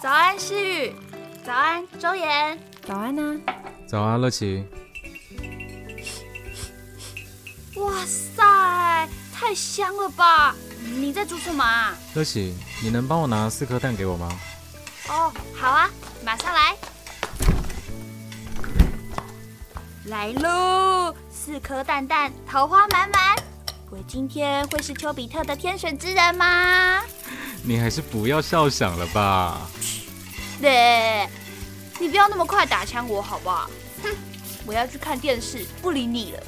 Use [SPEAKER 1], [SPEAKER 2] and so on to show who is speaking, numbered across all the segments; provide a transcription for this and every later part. [SPEAKER 1] 早安，诗雨。早安，周岩。
[SPEAKER 2] 早安呐、
[SPEAKER 3] 早啊，乐琪。
[SPEAKER 1] 哇塞，太香了吧！你在煮什么啊？
[SPEAKER 3] 乐琪，你能帮我拿四颗蛋给我吗？
[SPEAKER 1] 哦，好啊，马上来。来喽，四颗蛋蛋，桃花满满。我今天会是丘比特的天选之人吗？
[SPEAKER 3] 你还是不要笑想了吧。
[SPEAKER 1] 对，你不要那么快打枪我好不好？哼，我要去看电视，不理你了。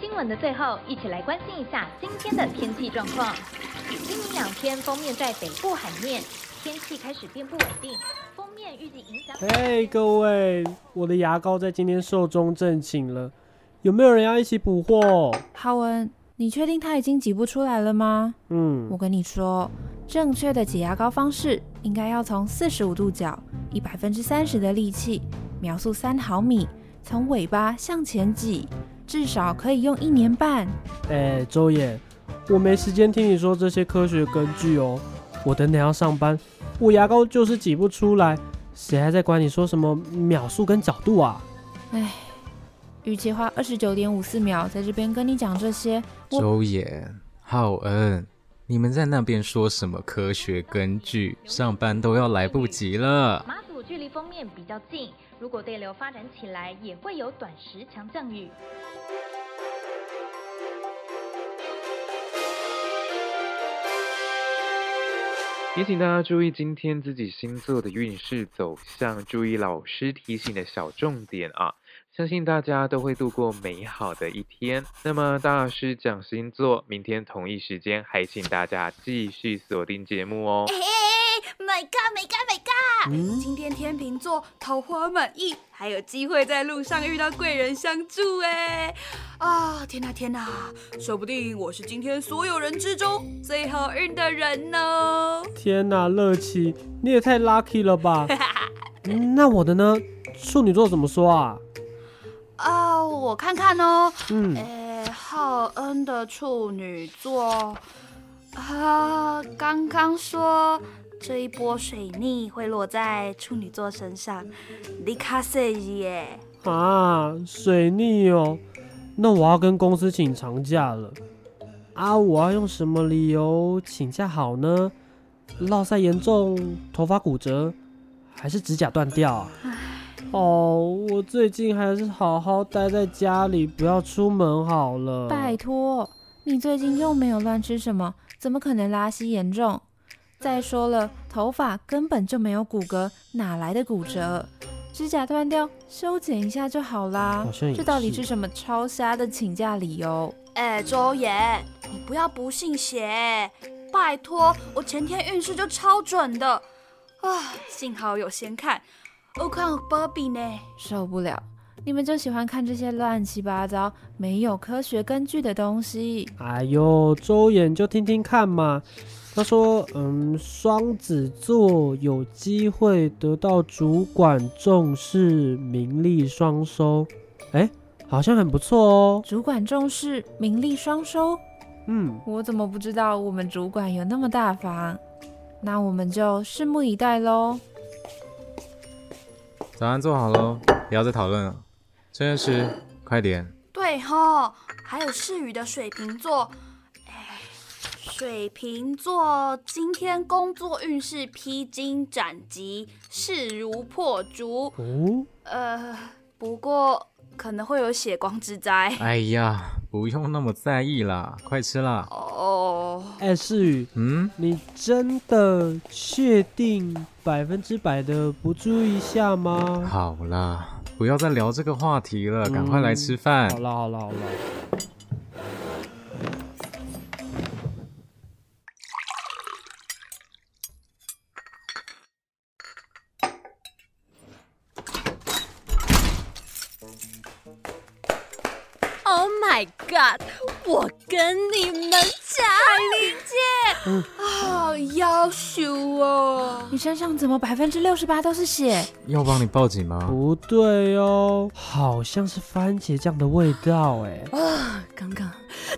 [SPEAKER 4] 新闻的最后，一起来关心一下今天的天气状况。今明两天封面在北部海面，天气开始变不稳定，封面预计影响。
[SPEAKER 5] 嘿、各位，我的牙膏在今天寿终正寝了，有没有人要一起补货？
[SPEAKER 2] 浩文，你确定它已经挤不出来了吗？我
[SPEAKER 5] 嗯，
[SPEAKER 2] 跟你说，正确的挤牙膏方式应该要从四十五度角，以百分之三十的力气，秒速三毫米，从尾巴向前挤，至少可以用一年半。
[SPEAKER 5] 哎、周野，我没时间听你说这些科学根据哦，我等等要上班，我牙膏就是挤不出来，谁还在管你说什么秒数跟角度啊？
[SPEAKER 2] 与其花二十九点五四秒在这边跟你讲这些，我
[SPEAKER 3] 周岩、浩恩，你们在那边说什么科学根据？上班都要来不及了。
[SPEAKER 4] 马祖距离封面比较近，如果对流发展起来，也会有短时强降雨。
[SPEAKER 6] 也请大家注意今天自己星座的运势走向，注意老师提醒的小重点啊！相信大家都会度过美好的一天。那么大师讲星座，明天同一时间还请大家继续锁定节目哦
[SPEAKER 1] 哎。哎哎，My God，My God，My God！、今天天秤座桃花满溢，还有机会在路上遇到贵人相助哎！啊，天哪、天哪、说不定我是今天所有人之中最好运的人呢！
[SPEAKER 5] 天呐、乐琪，你也太 lucky 了吧！嗯那我的呢？处女座怎么说啊？
[SPEAKER 1] 啊，我看看哦，
[SPEAKER 5] 嗯，
[SPEAKER 1] 哎，浩恩的处女座，啊，刚刚说这一波水逆会落在处女座身上，你卡塞耶！
[SPEAKER 5] 啊，水逆哦，那我要跟公司请长假了。啊，我要用什么理由请假好呢？落腮严重，头发骨折，还是指甲断掉啊？哦，我最近还是好好待在家里，不要出门好了。
[SPEAKER 2] 拜托，你最近又没有乱吃什么，怎么可能拉稀严重？再说了，头发根本就没有骨骼，哪来的骨折？指甲断掉，修剪一下就好啦
[SPEAKER 5] 好像。也
[SPEAKER 2] 这到底
[SPEAKER 5] 是
[SPEAKER 2] 是什么超瞎的请假理由？
[SPEAKER 1] 哎，周爷，你不要不信邪！拜托，我前天运势就超准的，啊，幸好有先看，我看有波比呢。
[SPEAKER 2] 受不了！你们就喜欢看这些乱七八糟、没有科学根据的东西。
[SPEAKER 5] 哎呦，周衍就听听看嘛。他说，嗯，双子座有机会得到主管重视，名利双收。哎，好像很不错哦。
[SPEAKER 2] 主管重视，名利双收。
[SPEAKER 5] 嗯，
[SPEAKER 2] 我怎么不知道我们主管有那么大方？那我们就拭目以待喽。
[SPEAKER 3] 早安，做好喽，不要再讨论了。真的是，快点。
[SPEAKER 1] 对吼，还有世宇的水瓶座，哎，水瓶座今天工作运势披荆斩棘，势如破竹。
[SPEAKER 5] 哦，
[SPEAKER 1] 呃，不过可能会有血光之灾
[SPEAKER 3] 哎呀，不用那么在意啦，快吃啦。
[SPEAKER 1] 哦。
[SPEAKER 5] 哎，世宇，
[SPEAKER 3] 嗯，
[SPEAKER 5] 你真的确定百分之百的不注意一下吗？
[SPEAKER 3] 好啦，不要再聊这个话题了，赶快来吃饭。
[SPEAKER 5] 嗯好了好了好了，
[SPEAKER 1] 哦
[SPEAKER 7] Oh my god！我跟你们讲，
[SPEAKER 1] 哎好要求哦！
[SPEAKER 2] 你身上怎么百分之六十八都是血？
[SPEAKER 3] 要帮你报警吗？
[SPEAKER 5] 不对哦，好像是番茄酱的味道哎。
[SPEAKER 7] 刚刚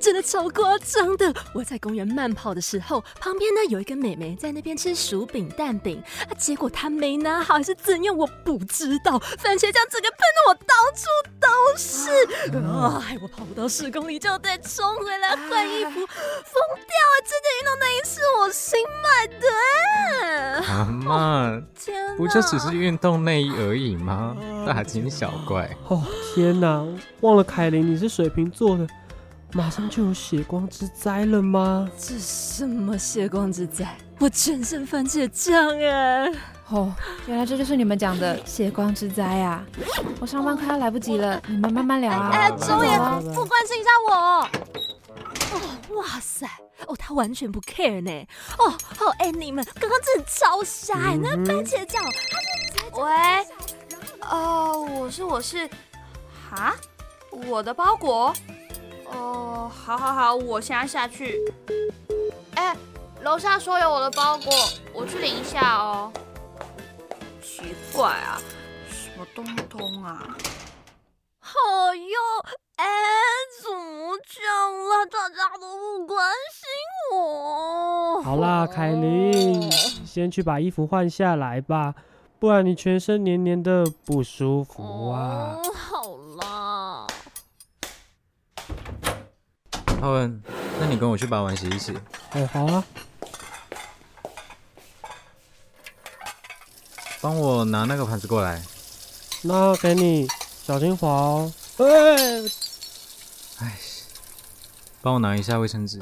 [SPEAKER 7] 真的超夸张的。我在公园慢跑的时候，旁边呢有一个美眉在那边吃薯饼蛋饼，啊，结果她没拿好还是怎样，我不知道，番茄酱整个喷的我到处都是，啊，害我跑不到十公里就得冲回来换衣服，疯掉啊！这件运动内衣是我新买的，哎
[SPEAKER 3] 阿妈，
[SPEAKER 7] 天哪！
[SPEAKER 3] 不就只是运动内衣而已吗？大惊小怪。
[SPEAKER 5] 哦天哪，忘了凯琳你是水瓶座的，马上就有血光之灾了吗？
[SPEAKER 7] 这什么血光之灾？我全身番茄酱哎！
[SPEAKER 2] 哦，原来这就是你们讲的血光之灾啊！我上班快要来不及了，你们慢慢聊啊。
[SPEAKER 7] 哎，
[SPEAKER 2] 我先
[SPEAKER 7] 周
[SPEAKER 2] 走
[SPEAKER 7] 也
[SPEAKER 2] 了
[SPEAKER 7] 不关心一下我哦。哦，哇塞！哦，他完全不 care 呢。哦，好爱你们，刚刚真的超傻哎、那
[SPEAKER 5] 嗯哼
[SPEAKER 7] 番茄酱，他
[SPEAKER 1] 喂，哦，我是我是，哈，我的包裹，哦，好好好，我现在下去。哎，楼下说有我的包裹，我去领一下哦。奇怪啊，什么东东啊？
[SPEAKER 7] 好哟， 哎，怎么这样了？大家都不关心我。
[SPEAKER 5] 好啦，凯
[SPEAKER 7] 哦
[SPEAKER 5] 琳，先去把衣服换下来吧，不然你全身黏黏的不舒服啊。
[SPEAKER 7] 哦，好啦。
[SPEAKER 3] 浩恩，那你跟我去把碗洗一洗。
[SPEAKER 5] 哦，好啊，
[SPEAKER 3] 帮我拿那个盘子过来。
[SPEAKER 5] 那给你，小心滑哦。哎，
[SPEAKER 3] 哎，帮我拿一下卫生纸。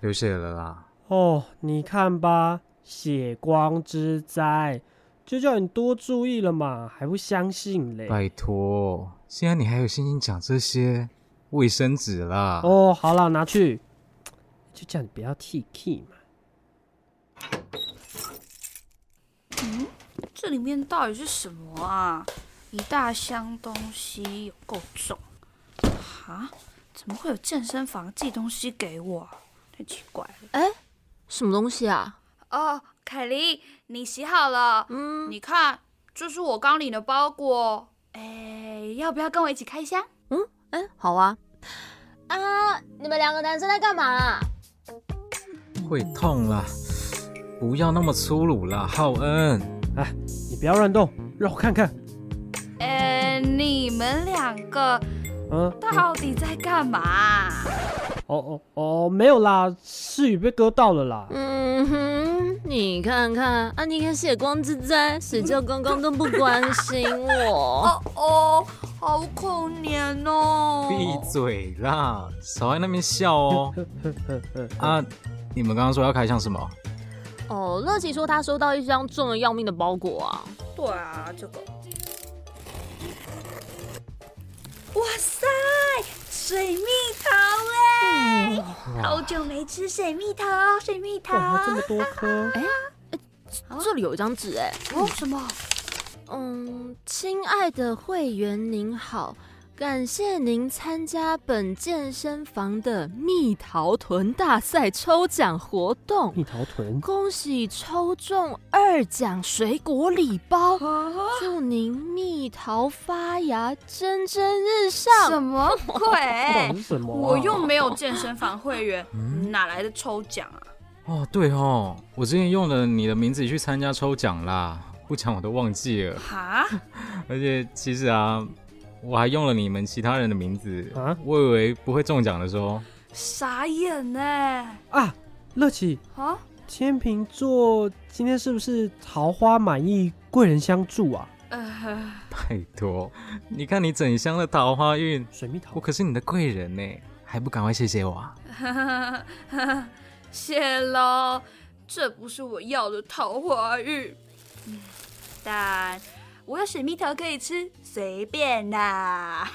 [SPEAKER 3] 流血了啦！
[SPEAKER 5] 哦，你看吧，血光之灾，就叫你多注意了嘛，还不相信嘞？
[SPEAKER 3] 拜托，现在你还有心情讲这些卫生纸啦？
[SPEAKER 5] 哦，好啦，拿去，就叫你不要 T K 嘛。
[SPEAKER 1] 这里面到底是什么啊？一大箱东西，有够重。哈，怎么会有健身房寄东西给我啊？太奇怪了。
[SPEAKER 7] 什么东西啊？
[SPEAKER 1] 哦，凯琳，你洗好了？
[SPEAKER 7] 嗯
[SPEAKER 1] 你看，这是我刚领的包裹。哎，要不要跟我一起开箱？
[SPEAKER 7] 嗯，哎，好啊。
[SPEAKER 8] 啊！你们两个男生在干嘛、啊
[SPEAKER 3] 会痛啦！不要那么粗鲁啦，浩恩。
[SPEAKER 5] 你不要乱动，让我看看。
[SPEAKER 1] 哎，你们两个
[SPEAKER 5] 嗯，嗯
[SPEAKER 1] 到底在干嘛？
[SPEAKER 5] 哦哦哦，没有啦，是雨被割到了啦。
[SPEAKER 8] 嗯哼，你看看啊，你看血光之灾，谁叫刚刚都不关心我？
[SPEAKER 1] 哦哦，好可怜哦。
[SPEAKER 3] 闭嘴啦！少在那边笑 哦。啊，你们刚刚说要开箱什么？
[SPEAKER 8] 哦，乐琪说她收到一箱重的要命的包裹啊，
[SPEAKER 1] 对啊，这个。哇塞，水蜜桃哎！好久没吃水蜜桃，水蜜桃。
[SPEAKER 5] 哇，这么多颗，
[SPEAKER 8] 这里有一张纸哎、
[SPEAKER 1] 哦，什么？
[SPEAKER 8] 嗯，亲爱的会员您好，感谢您参加本健身房的蜜桃臀大赛抽奖活动。
[SPEAKER 5] 蜜桃臀。
[SPEAKER 8] 恭喜抽中二奖水果礼包，祝您蜜桃发芽，蒸蒸日
[SPEAKER 1] 什
[SPEAKER 8] 上。
[SPEAKER 1] 么
[SPEAKER 5] 到
[SPEAKER 1] 鬼
[SPEAKER 5] 底？是什么啊、
[SPEAKER 1] 哎我又没有健身房会员，
[SPEAKER 3] 嗯
[SPEAKER 1] 哪来的抽奖啊？
[SPEAKER 3] 哦，对哦，我之前用了你的名字去参加抽奖啦，不讲我都忘记了。
[SPEAKER 1] 哈？
[SPEAKER 3] 而且其实啊，我还用了你们其他人的名字
[SPEAKER 5] 啊
[SPEAKER 3] 我以为不会中奖的时候，
[SPEAKER 1] 傻眼呢、
[SPEAKER 5] 啊，乐琪，
[SPEAKER 1] 啊，
[SPEAKER 5] 天秤座今天是不是桃花满意，贵人相助啊？
[SPEAKER 1] 呃，
[SPEAKER 3] 拜托，你看你整箱的桃花运，
[SPEAKER 5] 水蜜桃
[SPEAKER 3] 我可是你的贵人呢，还不赶快谢谢我啊！
[SPEAKER 1] 谢喽，这不是我要的桃花运，嗯但我有水蜜桃可以吃，随便啦。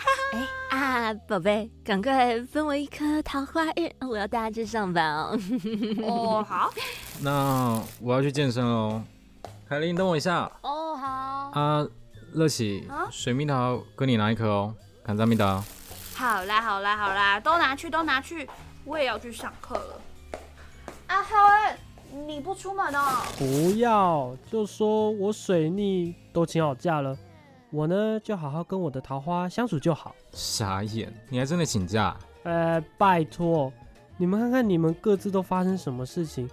[SPEAKER 8] 啊，宝贝，赶快分我一颗桃花玉，我要带它去上班哦。
[SPEAKER 1] 哦，好，
[SPEAKER 3] 那我要去健身喽，凯琳，你等我一下
[SPEAKER 8] 哦，好。啊
[SPEAKER 3] 啊，乐喜，水蜜桃跟你拿一颗哦，感扎米达。
[SPEAKER 1] 哈，好啦好啦好啦，都拿去都拿去，我也要去上课了。啊，浩恩，你不出门哦？
[SPEAKER 5] 不要，就说我水逆都请好假了，我呢就好好跟我的桃花相处就好。
[SPEAKER 3] 傻眼，你还真的请假？啊
[SPEAKER 5] 呃，拜托，你们看看你们各自都发生什么事情，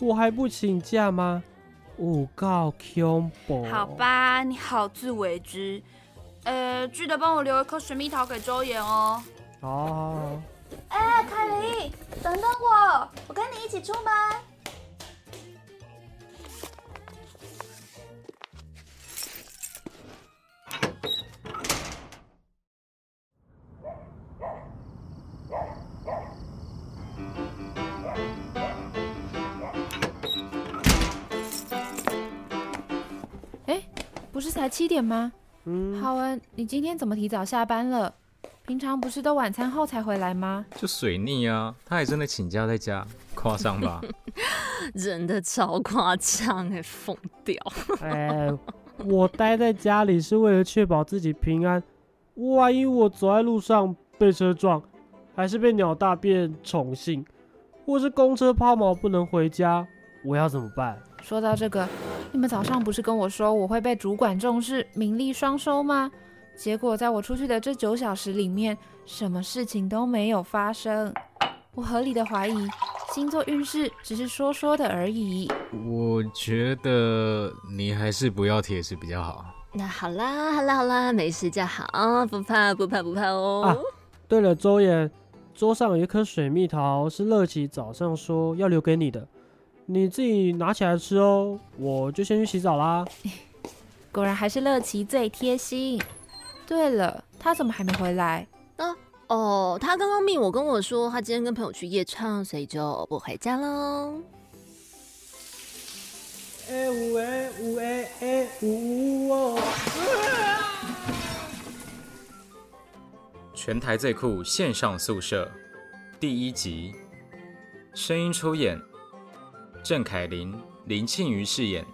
[SPEAKER 5] 我还不请假吗？五告 Q 宝，
[SPEAKER 1] 好，吧，你好自为之。呃，记得帮我留一颗水蜜桃给周岩哦。
[SPEAKER 5] 好好好。
[SPEAKER 1] 哎，凯琳，等等我，我跟你一起出门。
[SPEAKER 2] 不是才七点吗？
[SPEAKER 5] 嗯，
[SPEAKER 2] 浩恩，你今天怎么提早下班了？平常不是都晚餐后才回来吗？
[SPEAKER 3] 就水逆啊，他还真的请假在家，夸张吧？
[SPEAKER 8] 真的超夸张哎，疯掉！
[SPEAKER 5] 哎，我待在家里是为了确保自己平安，万一我走在路上被车撞，还是被鸟大便宠幸，或是公车抛锚不能回家，我要怎么办？
[SPEAKER 2] 说到这个，你们早上不是跟我说我会被主管重视，名利双收吗？结果在我出去的这九小时里面，什么事情都没有发生。我合理的怀疑，星座运势只是说说的而已。
[SPEAKER 3] 我觉得你还是不要贴是比较好。
[SPEAKER 8] 那好啦，好啦，好啦，没事就好，不怕，不怕，不怕哦。
[SPEAKER 5] 啊对了，周岩，桌上有一颗水蜜桃是乐琪早上说要留给你的，你自己拿起来吃哦。我就先去洗澡啦。
[SPEAKER 2] 果然还是乐琪最贴心。对了，他怎么还没回来？
[SPEAKER 8] 哦，他刚刚命我跟我说，他今天跟朋友去夜唱，所以就不回家喽。
[SPEAKER 5] 哎呜哎呜哎哎呜呜哦。
[SPEAKER 9] 全台最酷线上宿舍第一集，声音出演：郑凯琳、林庆瑜饰演；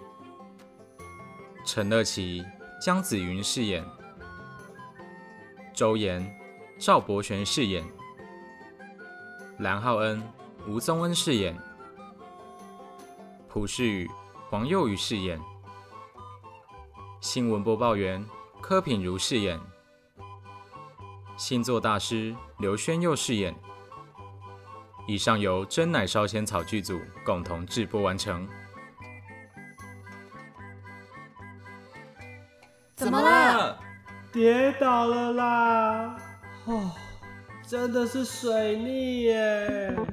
[SPEAKER 9] 陈乐琪、江子云饰演；周岩、赵博璇饰演；蓝浩恩、吴宗恩饰演；朴世宇、黄幼宇饰演；新闻播报员柯品如饰演。星座大师刘轩佑饰演。以上由真奶烧仙草剧组共同制播完成。
[SPEAKER 2] 怎么了？？
[SPEAKER 5] 跌 倒了啦！哦，真的是水逆耶！